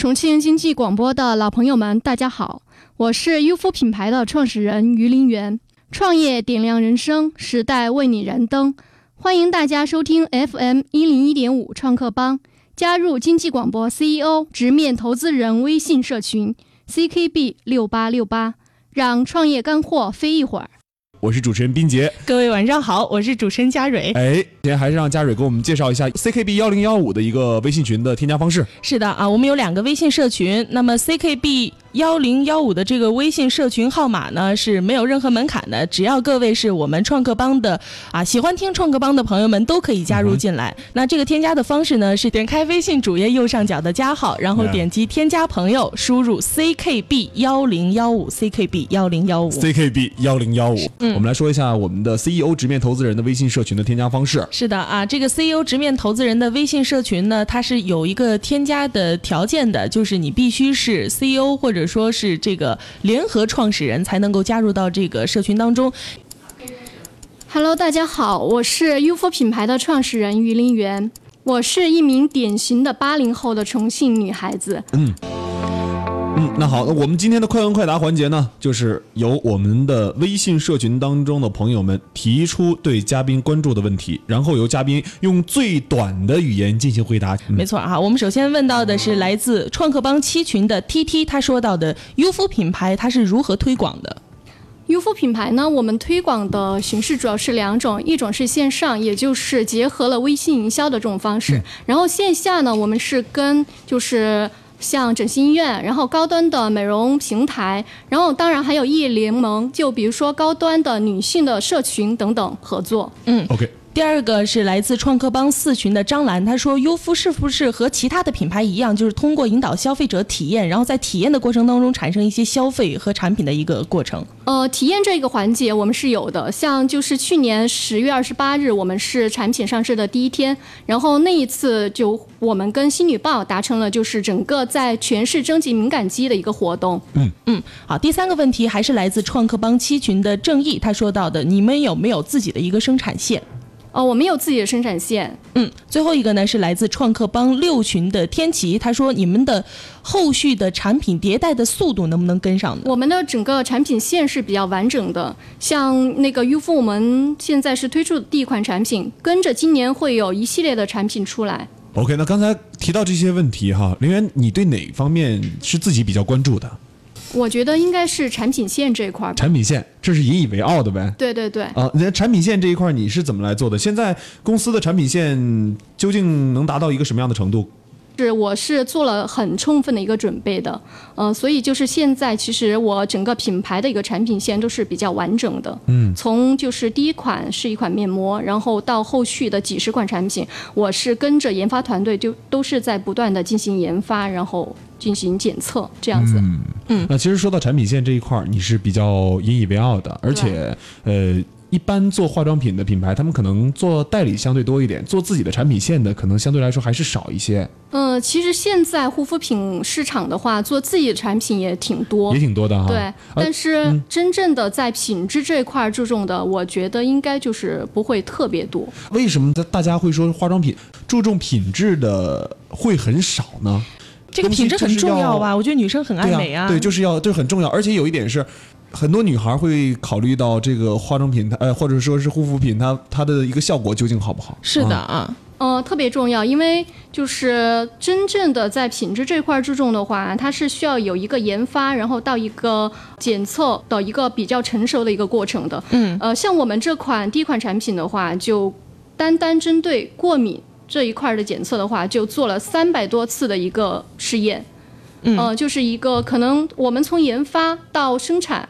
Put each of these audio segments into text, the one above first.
重庆经济广播的老朋友们，大家好，我是优肤品牌的创始人于林源。创业点亮人生，时代为你燃灯。欢迎大家收听 FM 一零一点五创客帮，加入经济广播 CEO 直面投资人微信社群 CKB 六八六八，让创业干货飞一会儿。我是主持人冰杰，各位晚上好，我是主持人佳蕊。哎，今天还是让佳蕊给我们介绍一下 CKB 幺零幺五的一个微信群的添加方式。是的啊，我们有两个微信社群，那么 CKB 幺零幺五的这个微信社群号码呢是没有任何门槛的，只要各位是我们创客帮的啊，喜欢听创客帮的朋友们都可以加入进来。那这个添加的方式呢是点开微信主页右上角的加号，然后嗯点击添加朋友，输入 CKB 幺零幺五 CKB 幺零幺五。 CKB 幺零幺五，嗯我们来说一下我们的 CEO 直面投资人的微信社群的添加方式。是的啊，这个 CEO 直面投资人的微信社群呢，它是有一个添加的条件的，就是你必须是 CEO 或者说是这个联合创始人才能够加入到这个社群当中。 Hello，大家好，我是优肤品牌的创始人于林源，我是一名典型的八零后的重庆女孩子。嗯，那好，那我们今天的快问快答环节呢，就是由我们的微信社群当中的朋友们提出对嘉宾关注的问题，然后由嘉宾用最短的语言进行回答。嗯没错啊，我们首先问到的是来自创客帮七群的 TT，他说到的优肤品牌它是如何推广的？优肤品牌呢，我们推广的形式主要是两种，一种是线上，也就是结合了微信营销的这种方式，然后线下呢，我们是跟就是。像整形医院，然后高端的美容平台，然后当然还有异业联盟，就比如说高端的女性的社群等等合作。嗯 OK，第二个是来自创客帮四群的张兰，她说优肤是不是和其他的品牌一样，就是通过引导消费者体验，然后在体验的过程当中产生一些消费和产品的一个过程？呃，体验这个环节我们是有的，像就是去年十月二十八日，我们是产品上市的第一天，然后那一次就我们跟新女报达成了就是整个在全市征集敏感肌的一个活动。嗯，好，第三个问题还是来自创客帮七群的正义，他说到的，你们有没有自己的一个生产线？呃，我们有自己的生产线，嗯，最后一个呢是来自创客帮六群的天琪，他说你们的后续的产品迭代的速度能不能跟上呢？我们的整个产品线是比较完整的。像那个优肤，我们现在是推出的第一款产品，跟着今年会有一系列的产品出来。 OK，那刚才提到这些问题哈，林源，你对哪方面是自己比较关注的？我觉得应该是产品线这一块儿吧。产品线，这是引以为傲的呗。对对对。啊，那产品线这一块你是怎么来做的？现在公司的产品线究竟能达到一个什么样的程度？是，我是做了很充分的一个准备的，呃，所以就是现在，其实我整个品牌的一个产品线都是比较完整的，嗯，从就是第一款是一款面膜，然后到后续的几十款产品，我是跟着研发团队就都是在不断的进行研发，然后进行检测这样子。嗯那呃其实说到产品线这一块儿，你是比较引以为傲的，而且呃，一般做化妆品的品牌，他们可能做代理相对多一点，做自己的产品线的可能相对来说还是少一些，嗯、其实现在护肤品市场的话，做自己的产品也挺多也。挺呃嗯多的哈。对，但是真正的在品质这一块儿注重的，我觉得应该就是不会特别多。为什么大大家会说化妆品注重品质的会很少呢？这个东西品质很就是重要要啊，我觉得女生很爱对美啊。对，就是要这很重要。而且有一点是，很多女孩会考虑到这个化妆品，它呃，或者说是护肤品，它它的一个效果究竟好不好？是的啊啊，呃，特别重要，因为就是真正的在品质这块儿注重的话，它是需要有一个研发，然后到一个检测的一个比较成熟的一个过程的。嗯，呃，像我们这款第一款产品的话，就单单针对过敏这一块儿的检测的话，就做了三百多次的一个试验。嗯呃，就是一个可能我们从研发到生产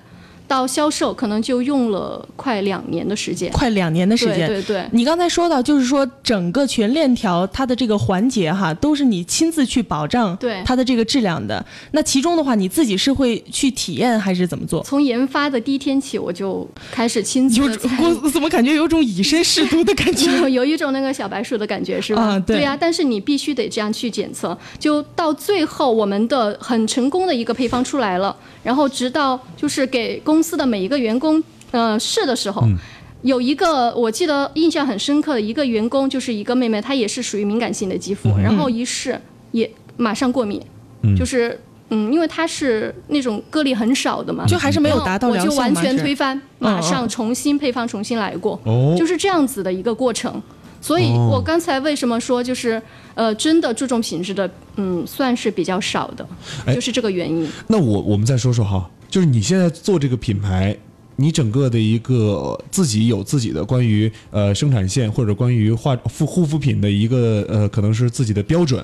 到销售，可能就用了快两年的时间。快两年的时间。对对对。你刚才说到，就是说整个全链条它的这个环节哈，都是你亲自去保障对它的这个质量的。那其中的话，你自己是会去体验还是怎么做？从研发的第一天起，我就开始亲自 有地参与。我怎么感觉有种以身试毒的感觉？有 有一种那个小白鼠的感觉是吧？啊对呀、但是你必须得这样去检测，就到最后我们的很成功的一个配方出来了，然后直到就是给公司的每一个员工呃试的时候。嗯有一个我记得印象很深刻的一个员嗯工，就是一个妹妹，她也是属于敏感性的肌肤，然后一试也马上过敏，嗯就是嗯，因为它是那种个例很少的嘛，就还是没有达到我良就性完嘛全是嗯推翻，马上重新配方重新来过，哦，就是这样子的一个过程。所以哦我刚才为什么说就是呃，真的注重品质的，嗯，算是比较少的哎，就是这个原因。那我我们再说说哈，就是你现在做这个品牌，你整个的一个呃自己有自己的关于呃生产线或者关于化护护肤品的一个呃可能是自己的标准。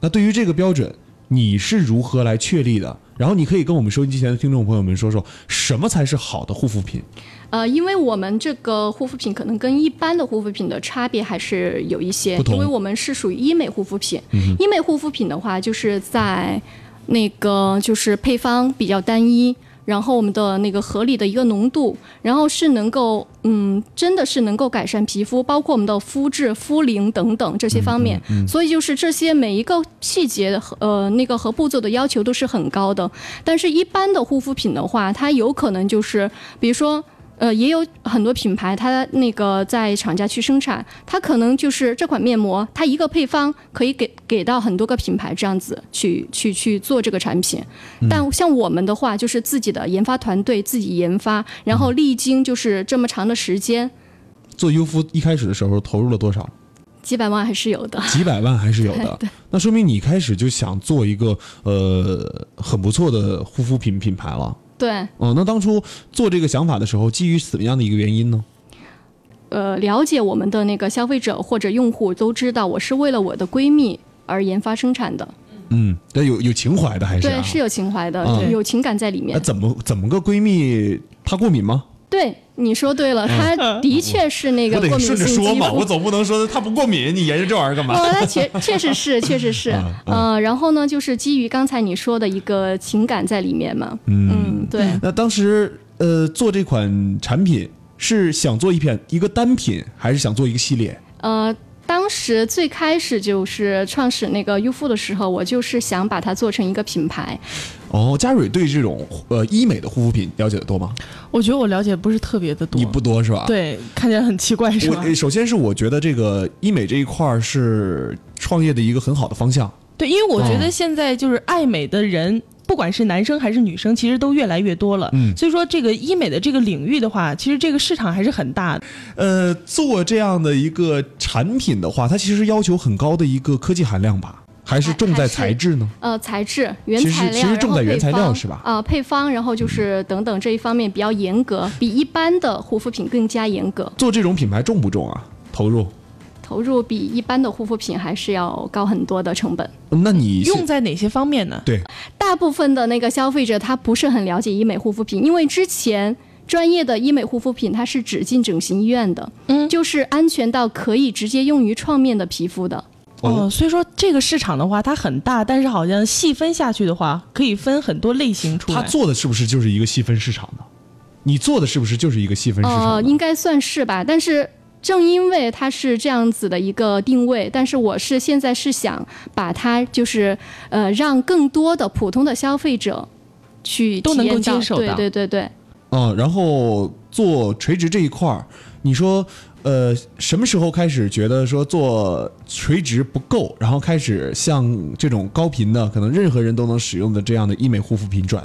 那对于这个标准，你是如何来确立的？然后你可以跟我们收音机前的听众朋友们说说，什么才是好的护肤品？呃，因为我们这个护肤品可能跟一般的护肤品的差别还是有一些不，同嗯因为我们是属于医美护肤品。医美护肤品的话，就是在那个就是配方比较单一，然后我们的那个合理的一个浓度，然后是能够嗯，真的是能够改善皮肤，包括我们的肤质、肤龄等等这些嗯方面。所以就是这些每一个细节的和呃那个和步骤的要求都是很高的。但是，一般的护肤品的话，它有可能就是比如说。呃，也有很多品牌，它那个在厂家去生产，它可能就是这款面膜，它一个配方可以给给到很多个品牌这样子去去去做这个产品。嗯但像我们的话，就是自己的研发团队自己研发，然嗯后历经就是这么长的时间，做优肤一开始的时候投入了多少？几百万还是有的。几百万还是有 的。那说明你一开始就想做一个呃很不错的护肤品品牌了。对，哦，那当初做这个想法的时候，基于怎么样的一个原因呢？呃，了解我们的那个消费者或者用户都知道，我是为了我的闺蜜而研发生产的，嗯，但有有情怀的还是、啊、对，是有情怀的，嗯有情感在里那面。怎么怎么个闺蜜？她过敏吗？对，你说对了，她的确是那个我过得敏性顺着肌说嘛，肤我。总不能说她不过敏，你研究这玩意儿干嘛？哦，那确确实是，确实是，嗯呃，然后呢，就是基于刚才你说的一个情感在里面嘛，嗯，对，那当时呃做这款产品是想做一片一个单品，还是想做一个系列？呃，当时最开始就是创始那个优肤的时候，我就是想把它做成一个品牌，哦，佳蕊对这种呃医美的护肤品了解的多吗？ 我觉得我了解不是特别的多，你不多是吧？对，看起来很奇怪是吧？我首呃先是我觉得这个医美这一块儿是创业的一个很好的方向。对，因为我觉哦得现在就是爱美的人。不管是男生还是女生，其实都越来越多了。嗯所以说这个医美的这个领域的话，其实这个市场还是很大的。呃，做这样的一个产品的话，它其实要求很高的一个科技含量吧，还是重在材质呢？呃，材质、原其实材料，其实然重后在原配材料方是吧嗯啊、配方，然后就是等等这一方面比较严格，比一般的护肤品更加严格，做这种品牌重不重啊？投入？嗯投入比一般的护肤品还是要高很多的成本。那你现用在哪些方面呢？对大部分的那个消费者他不是很了解医美护肤品，因为之前专业的医美护肤品它是只进整形医院的，嗯就是安全到可以直接用于创面的皮肤的。哦哦，所以说这个市场的话，它很大，但是好像细分下去的话，可以分很多类型出它来。做的是不是就是一个细分市场呢？你做的是不是就是一个细分市呃，场呢？应该算是吧，但是。正因为它是这样子的一个定位，但是我是现在是想把它就是呃，让更多的普通的消费者去都能够体验到接受对到对对对，嗯，然后做垂直这一块儿，你说呃什么时候开始觉得说做垂直不够，然后开始向这种高频的，可能任何人都能使用的这样的医美护肤品转？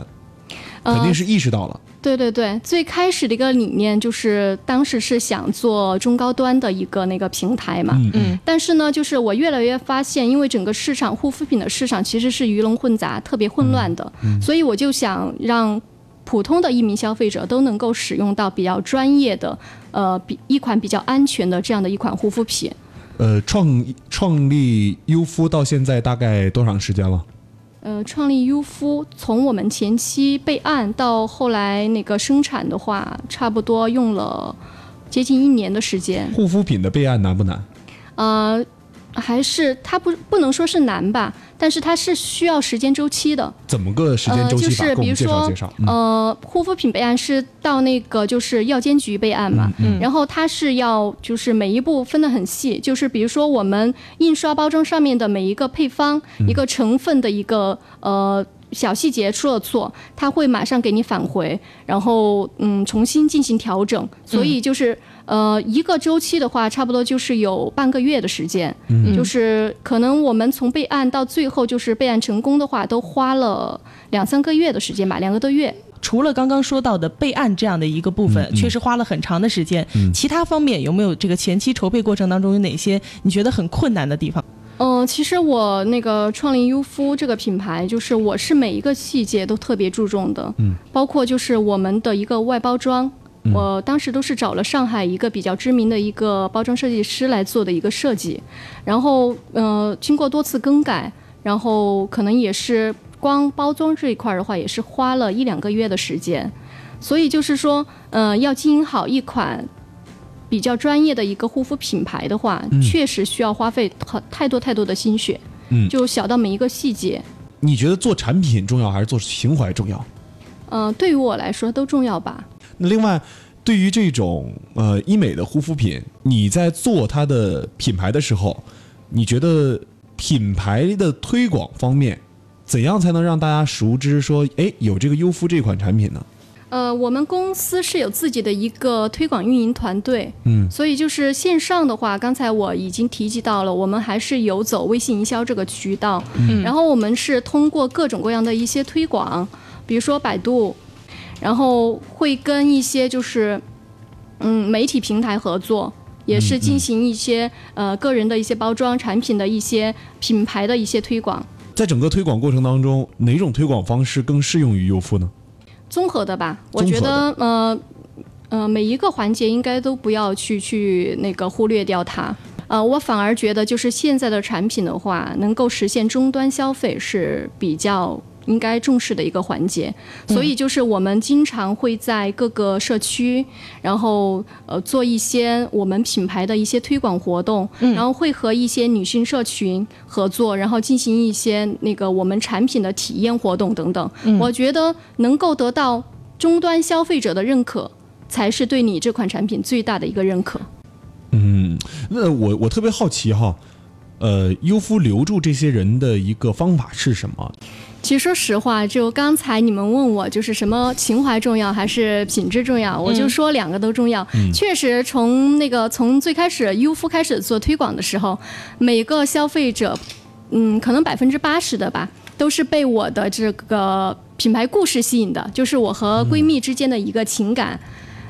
呃肯定是意识到了。对对对，最开始的一个理念就是当时是想做中高端的一个那个平台嘛。嗯嗯，但是呢，就是我越来越发现，因为整个市场护肤品的市场其实是鱼龙混杂、特别混乱的，所以我就想让普通的一名消费者都能够使用到比较专业的，呃，比一款比较安全的这样的一款护肤品。呃，创创立优肤到现在大概多长时间了？呃，创立优肤从我们前期备案到后来那个生产的话，差不多用了接近一年的时间。护肤品的备案难不难？呃，还是它不不能说是难吧，但是它是需要时间周期的。怎么个时间周呃就期法？是给我们介比绍介如嗯绍。呃，护肤品备案是到那个就是药监局备案嘛，嗯嗯然后它是要就是每一步分得很细，就是比如说嗯我们印刷包装上面的每一个配方、一个成分的一个呃小细节出了错，他会马上给你返回，然后嗯重新进行调整。嗯所以就是、呃一个周期的话，差不多就是有半个月的时间，嗯就是可能我们从备案到最后就是备案成功的话，都花了两三个月的时间吧，两个多月。除了刚刚说到的备案这样的一个部分，嗯嗯确实花了很长的时间。嗯其他方面有没有这个前期筹备过程当中有哪些你觉得很困难的地方？嗯，其实我那个创立优夫这个品牌，就是我是每一个细节都特别注重的，嗯，包括就是我们的一个外包装，嗯我当时都是找了上海一个比较知名的一个包装设计师来做的一个设计，然后呃，经过多次更改，然后可能也是光包装这一块儿的话，也是花了一两个月的时间，所以就是说，呃，要经营好一款比较专业的一个护肤品牌的话，嗯确实需要花费很太多太多的心血，嗯就小到每一个细节，你觉得做产品重要还是做情怀重要？呃，对于我来说都重要吧。那另外，对于这种呃医美的护肤品，你在做它的品牌的时候，你觉得品牌的推广方面，怎样才能让大家熟知说，哎，有这个优肤这款产品呢？呃，我们公司是有自己的一个推广运营团队，嗯所以就是线上的话，刚才我已经提及到了，我们还是有走微信营销这个渠道，嗯然后我们是通过各种各样的一些推广，比如说百度，然后会跟一些就是嗯媒体平台合作。也是进行一些、呃个人的一些包装、产品的一些品牌的一些推广，在整个推广过程当中，哪种推广方式更适用于优肤呢？综合的吧。我综觉合得呃呃每一个环节应该都不要去去那个忽略掉它。呃，我反而觉得就是现在的产品的话，能够实现终端消费是比较。应该重视的一个环节，所以就是我们经常会在各个社区，然后呃做一些我们品牌的一些推广活动，然后会和一些女性社群合作，然后进行一些那个我们产品的体验活动等等。我觉得能够得到终端消费者的认可，才是对你这款产品最大的一个认可。嗯，那我我特别好奇哈，呃，优肤留住这些人的一个方法是什么？其实说实话，就刚才你们问我，就是什么情怀重要还是品质重要，我就说两个都重要。确实，从那个从最开始优肤开始做推广的时候，每个消费者，嗯，可能百分之八十的吧，都是被我的这个品牌故事吸引的，就是我和闺蜜之间的一个情感。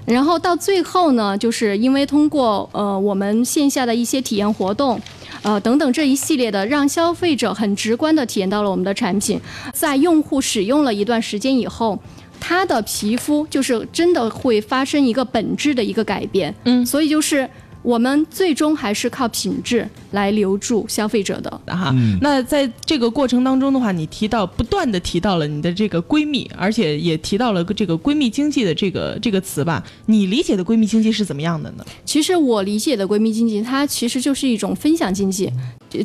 然后到最后呢，就是因为通过呃我们线下的一些体验活动，呃等等这一系列的，让消费者很直观的体验到了我们的产品，在用户使用了一段时间以后。他的皮肤就是真的会发生一个本质的一个改变，嗯所以就是我们最终还是靠品质来留住消费者的。的哈。嗯啊那在这个过程当中的话，你提到不断的提到了你的这个闺蜜，而且也提到了这个闺蜜经济的这个这个词吧？你理解的闺蜜经济是怎么样的呢？其实我理解的闺蜜经济，它其实就是一种分享经济。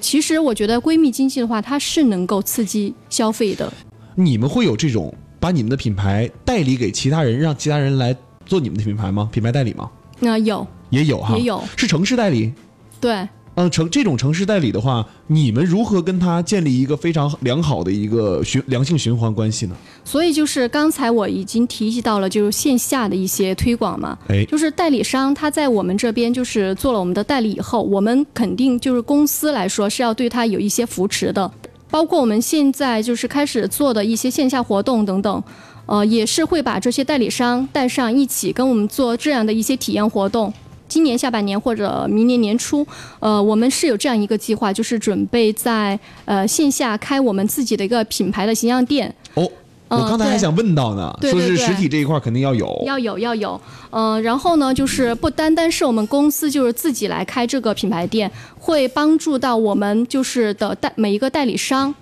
其实我觉得闺蜜经济的话，它是能够刺激消费的。你们会有这种把你们的品牌代理给其他人，让其他人来做你们的品牌吗？品牌代理吗？那、有也有哈，也有是城市代理。对，嗯，城这种城市代理的话，你们如何跟他建立一个非常良好的一个循良性循环关系呢？所以就是刚才我已经提及到了，就是线下的一些推广嘛。哎，就是代理商他在我们这边就是做了我们的代理以后，我们肯定就是公司来说是要对他有一些扶持的，包括我们现在就是开始做的一些线下活动等等。呃，也是会把这些代理商带上一起跟我们做这样的一些体验活动。今年下半年或者明年年初，呃，我们是有这样一个计划，就是准备在呃线下开我们自己的一个品牌的形象店，哦，我嗯刚才还对想问到呢，对说对是对实体这一块肯定要有。要有要有，嗯、然后呢，就是不单单是我们公司就是自己来开这个品牌店，会帮助到我们就是的代每一个代理商，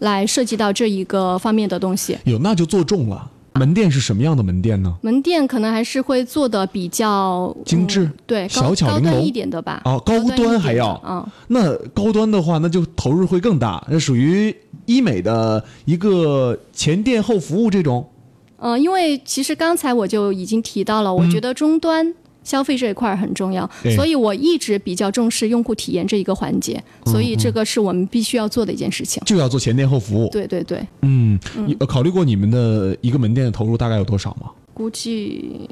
来涉及到这一个方面的东西。有那就做重了。门店是什么样的门店呢？门店可能还是会做的比较精致嗯对，高小巧高玲珑端一点的吧。哦，高一点端还要的嗯，那高端的话，那就投入会更大，那属于医美的一个前店后服务这种。呃，因为其实刚才我就已经提到了，我觉得终端消费这一块儿很重要嗯对，所以我一直比较重视用户体验这一个环节，所嗯以这个是我们必须要做的一件事情。就要做前店后服务。对对对，嗯，你呃考虑过你们的一个门店的投入大概有多少吗？估计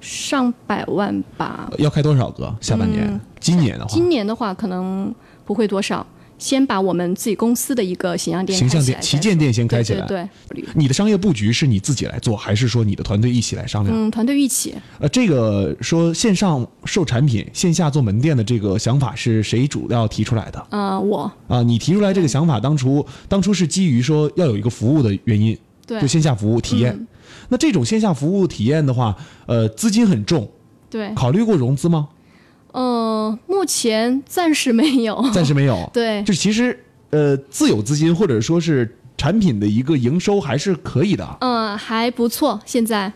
上百万吧。要开多少个？下半年？嗯今年的话，今年的话，可能不会多少。先把我们自己公司的一个形象店形象开起店、来旗再舰店先开起来。对对对，你的商业布局是你自己来做，还是说你的团队一起来商量？嗯，团队一起，呃，这个说线上售产品，线下做门店的这个想法是谁主要提出来的？呃，我啊，你提出来这个想法，当初当初是基于说要有一个服务的原因，嗯对嗯就线下服务体验。那这种线下服务体验的话，呃，资金很重，对，考虑过融资吗？呃，目前暂时没有，。暂时没有嗯 对就，是其实呃，自有资金或者说是产品的一个营收还是可以的。啊嗯、还不错，现在，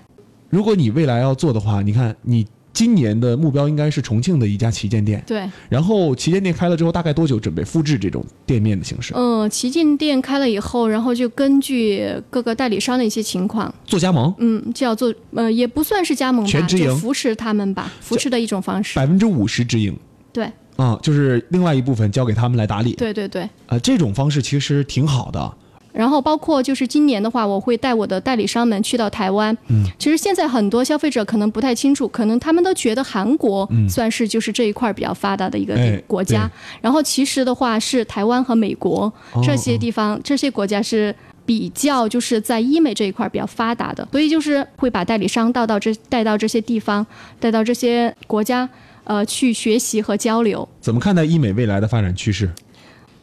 如果你未来要做的话，你看你今年的目标应该是重庆的一家旗舰店，对，然后旗舰店开了之后，大概多久准备复制这种店面的形式？嗯、旗舰店开了以后，然后就根据各个代理商的一些情况，做加盟，嗯，就要做，呃，也不算是加盟全吧，直营就扶持他们吧，扶持的一种方式，百分之五十直营对，啊、就是另外一部分交给他们来打理。对对对。啊，这种方式其实挺好的。然后包括就是今年的话，我会带我的代理商们去到台湾。嗯，其实现在很多消费者可能不太清楚，可能他们都觉得韩国算是就是这一块儿比较发达的一个地嗯哎国家。然后其实的话是台湾和美国哦啊这些地方、这些国家是。比较就是在医美这一块儿比较发达的，所以就是会把代理商带到这带到这些地方，带到这些国家，呃，去学习和交流。嗯怎么看待医美未来的发展趋势？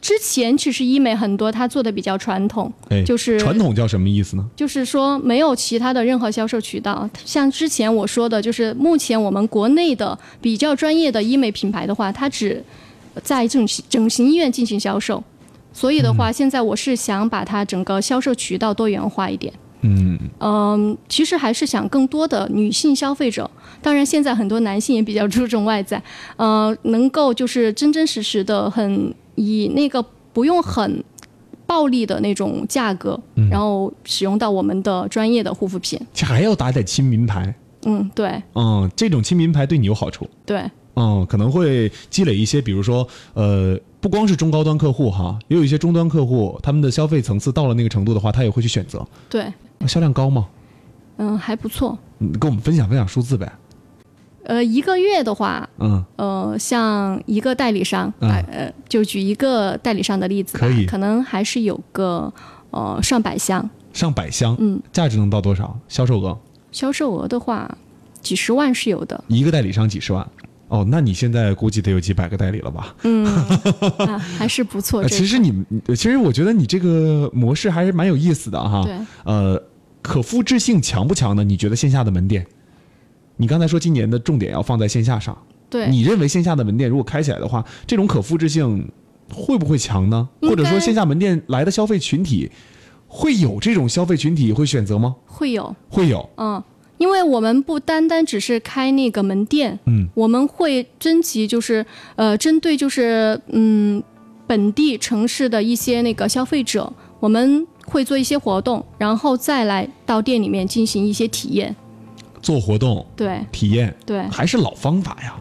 之前其实医美很多它做的比较传统，哎，就是传统叫什么意思呢？就是说没有其他的任何销售渠道。像之前我说的，就是目前我们国内的比较专业的医美品牌的话，它只在整形整形医院进行销售。所以的话，现在我是想把它整个销售渠道多元化一点。嗯，嗯，其实还是想更多的女性消费者，当然现在很多男性也比较注重外在，呃，能够就是真真实实的很以那个不用很暴利的那种价格，嗯然后使用到我们的专业的护肤品。这还要打点亲民牌。嗯，对嗯，这种亲民牌对你有好处。对，嗯，可能会积累一些，比如说，呃，不光是中高端客户哈，也有一些终端客户，他们的消费层次到了那个程度的话，他也会去选择。对，销量高吗？嗯，还不错。嗯，跟我们分享分享数字呗。呃，一个月的话，嗯，呃，像一个代理商，嗯呃，就举一个代理商的例子吧，可以能还是有个呃上百项。上百箱，嗯，价值能到多少？销售额销售额的话，几十万是有的。一个代理商几十万。哦，那你现在估计得有几百个代理了吧？嗯，啊，还是不错。呃、这其个实你，呃其实我觉得你这个模式还是蛮有意思的哈。对，呃，可复制性强不强呢？你觉得线下的门店？你刚才说今年的重点要放在线下上，对，你认为线下的门店如果开起来的话，这种可复制性会不会强呢？应该或者说线下门店来的消费群体会有这种消费群体会选择吗？会有，会有，嗯，因为我们不单单只是开那个门店，嗯，我们会征集，就是呃，针对就是嗯本地城市的一些那个消费者，我们会做一些活动，然后再来到店里面进行一些体验。做活动对体验对，还是老方法呀。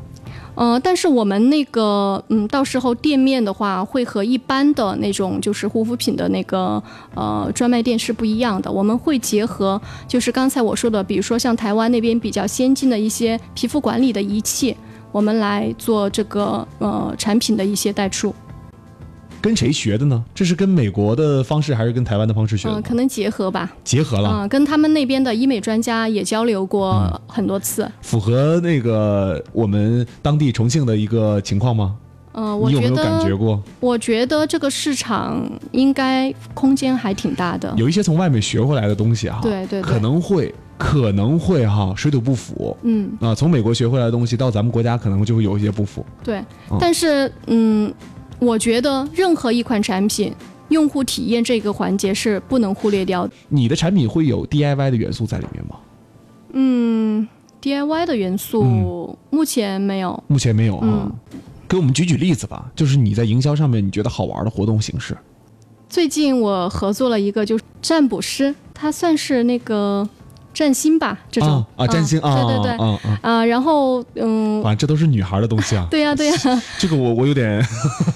呃，但是我们那个，嗯，到时候店面的话，会和一般的那种就是护肤品的那个呃专卖店是不一样的。我们会结合就是刚才我说的，比如说像台湾那边比较先进的一些皮肤管理的仪器，我们来做这个呃产品的一些代出，跟谁学的呢？这是跟美国的方式还是跟台湾的方式学嗯、的？可能结合吧，结合了，嗯、跟他们那边的医美专家也交流过很多次。符合那个我们当地重庆的一个情况吗？呃，我你有没觉有感觉得，嗯过？我觉得这个市场应该空间还挺大的。有一些从外面学回来的东西哈，对对对可能会可能会哈水土不服嗯，啊、从美国学回来的东西到咱们国家可能就会有一些不符。对嗯，但是嗯，我觉得任何一款产品，用户体验这个环节是不能忽略掉的你的产品会有 DIY 的元素在里面吗？ DIY 的元素，目前没有。目前没有啊。嗯给我们举举例子吧，就是你在营销上面你觉得好玩的活动形式，最近我合作了一个就是占卜师，他算是那个占星吧这种嗯啊啊，占星啊，对对对啊啊，啊，然后嗯，啊，这都是女孩的东西啊 。对呀、对呀、这个我我有点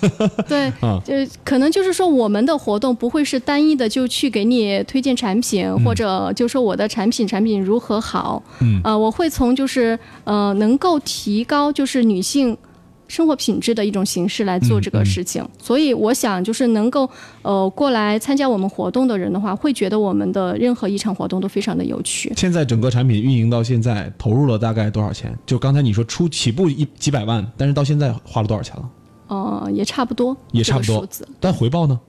对，啊就是可能就是说我们的活动不会是单一的就去给你推荐产品，或者就说我的产品产品如何好，嗯呃，我会从就是呃能够提高就是女性。生活品质的一种形式来做嗯这个事情，所以我想就是能够呃过来参加我们活动的人的话，会觉得我们的任何一场活动都非常的有趣。现在整个产品运营到现在投入了大概多少钱？就刚才你说出起步一几百万，但是到现在花了多少钱了？呃，也差不多，也差不这多个数字但回报呢？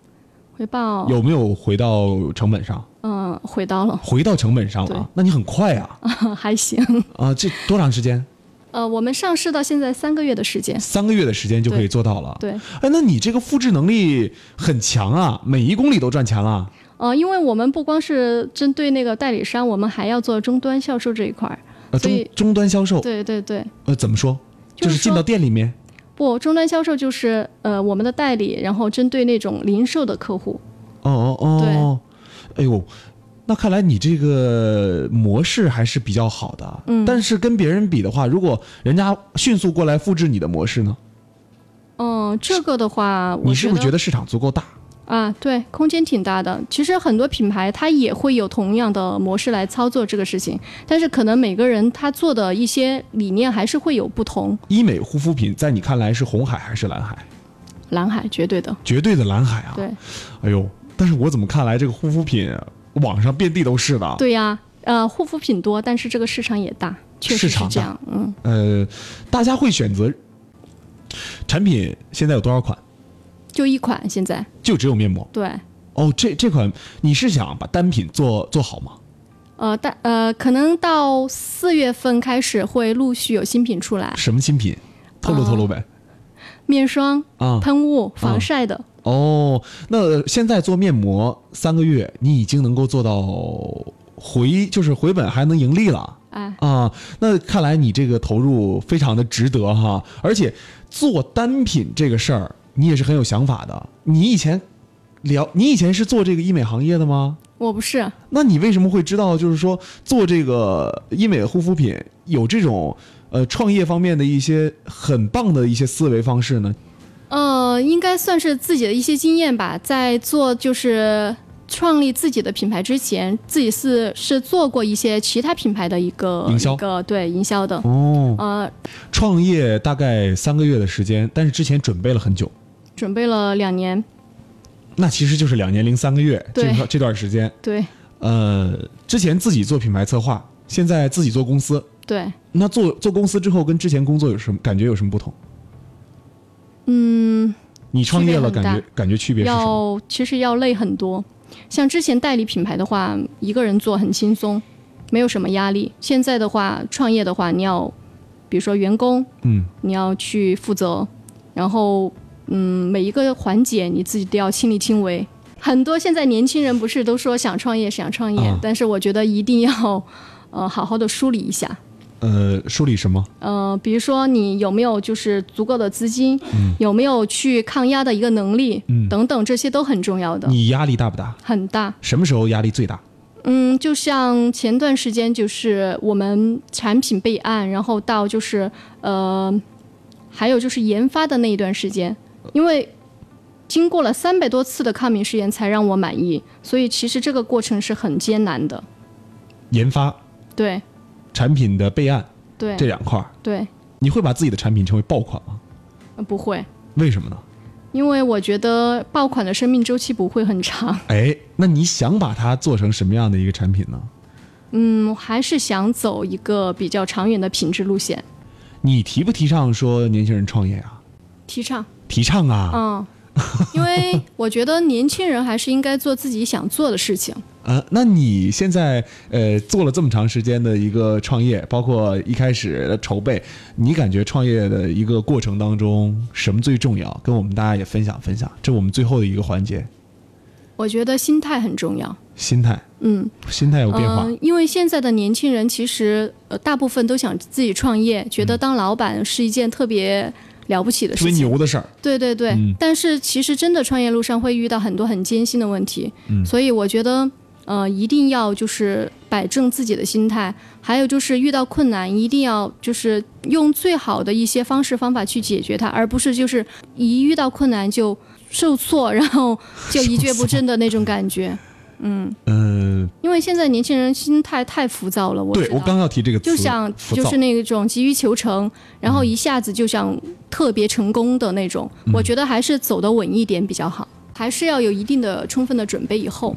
回报有没有回到成本上？嗯、回到了， 回到成本上对了，那你很快啊还行。啊！这多长时间？呃，我们上市到现在三个月的时间，三个月的时间就可以做到了。对，哎，那你这个复制能力很强啊，每一公里都赚钱了。呃，因为我们不光是针对那个代理商，我们还要做终端销售这一块儿。呃，所以终终端销售，对对对，呃，怎么说？就是是进说到店里面，不，终端销售就是呃我们的代理，然后针对那种零售的客户。哦哦哦，哎呦，那看来你这个模式还是比较好的。嗯但是跟别人比的话，如果人家迅速过来复制你的模式呢，嗯、这个的话，我你是不是觉得市场足够大？啊，对，空间挺大的。其实很多品牌它也会有同样的模式来操作这个事情，但是可能每个人他做的一些理念还是会有不同。医美护肤品在你看来是红海还是蓝海？蓝海绝对的，绝对的蓝海啊！对哎呦，但是我怎么看来这个护肤品网上遍地都是的？对呀、呃，护肤品多，但是这个市场也大，确市实场是大这样。嗯，呃，大家会选择产品现在有多少款？就一款现在就只有面膜对。哦，这这款你是想把单品做做好吗？呃，但呃，可能到四月份开始会陆续有新品出来，什么新品？透露透露呗。面霜、啊、喷雾、防晒的。哦，那现在做面膜三个月，你已经能够做到回就是回本还能盈利了。哎，啊，那看来你这个投入非常的值得哈，而且做单品这个事儿，你也是很有想法的。你以前聊，你以前是做这个医美行业的吗？我不是，那你为什么会知道，就是说做这个医美护肤品有这种呃创业方面的一些很棒的一些思维方式呢？呃，应该算是自己的一些经验吧，在做就是。创立自己的品牌之前，自己是是做过一些其他品牌的一个营销一个对营销的，哦，呃，创业大概三个月的时间，但是之前准备了很久，准备了两年，那其实就是两年零三个月这对段这段时间。对呃，之前自己做品牌策划，现在自己做公司。对，那做做公司之后，跟之前工作有什么感觉？有什么不同？嗯，你创业了，区别感很大觉感觉区别是什么？要其实要累很多。像之前代理品牌的话，一个人做很轻松，没有什么压力。现在的话，创业的话，你要比如说员工，嗯，你要去负责，然后嗯，每一个环节你自己都要亲力亲为。很多现在年轻人不是都说想创业想创业，啊但是我觉得一定要呃好好的梳理一下。呃，梳理什么？呃，比如说你有没有就是足够的资金，有没有去抗压的一个能力，嗯等等，这些都很重要的。你压力大不大？很大。什么时候压力最大？嗯，就像前段时间，就是我们产品备案，然后到就是呃，还有就是研发的那一段时间，因为经过了三百多次的抗敏试验才让我满意，所以其实这个过程是很艰难的。研发、对产品的备案对这两块儿，对，你会把自己的产品成为爆款吗？呃不会，为什么呢？因为我觉得爆款的生命周期不会很长。哎，那你想把它做成什么样的一个产品呢？嗯，还是想走一个比较长远的品质路线，你提不提倡说年轻人创业啊？提倡。提倡啊。嗯， 因为我觉得年轻人还是应该做自己想做的事情。啊，那你现在呃做了这么长时间的一个创业，包括一开始的筹备，你感觉创业的一个过程当中，什么最重要？跟我们大家也分享分享，这我们最后的一个环节，我觉得心态很重要。心态，嗯心态有变化。嗯，因为现在的年轻人其实呃大部分都想自己创业，觉嗯得当老板是一件特别了不起的特别事情。牛的事儿，对对对，嗯但是其实真的创业路上会遇到很多很艰辛的问题，嗯所以我觉得呃一定要就是摆正自己的心态，还有就是遇到困难一定要就是用最好的一些方式方法去解决它，而不是就是一遇到困难就受挫，然后就一蹶不振的那种感觉。嗯，嗯，因为现在年轻人心态太浮躁了，我对知我道刚要提这个词，嗯就想浮就躁是那种急于求成，然后一下子就想特别成功的那嗯种，我觉得还是走得稳一点比较好，还是要有一定的充分的准备以后。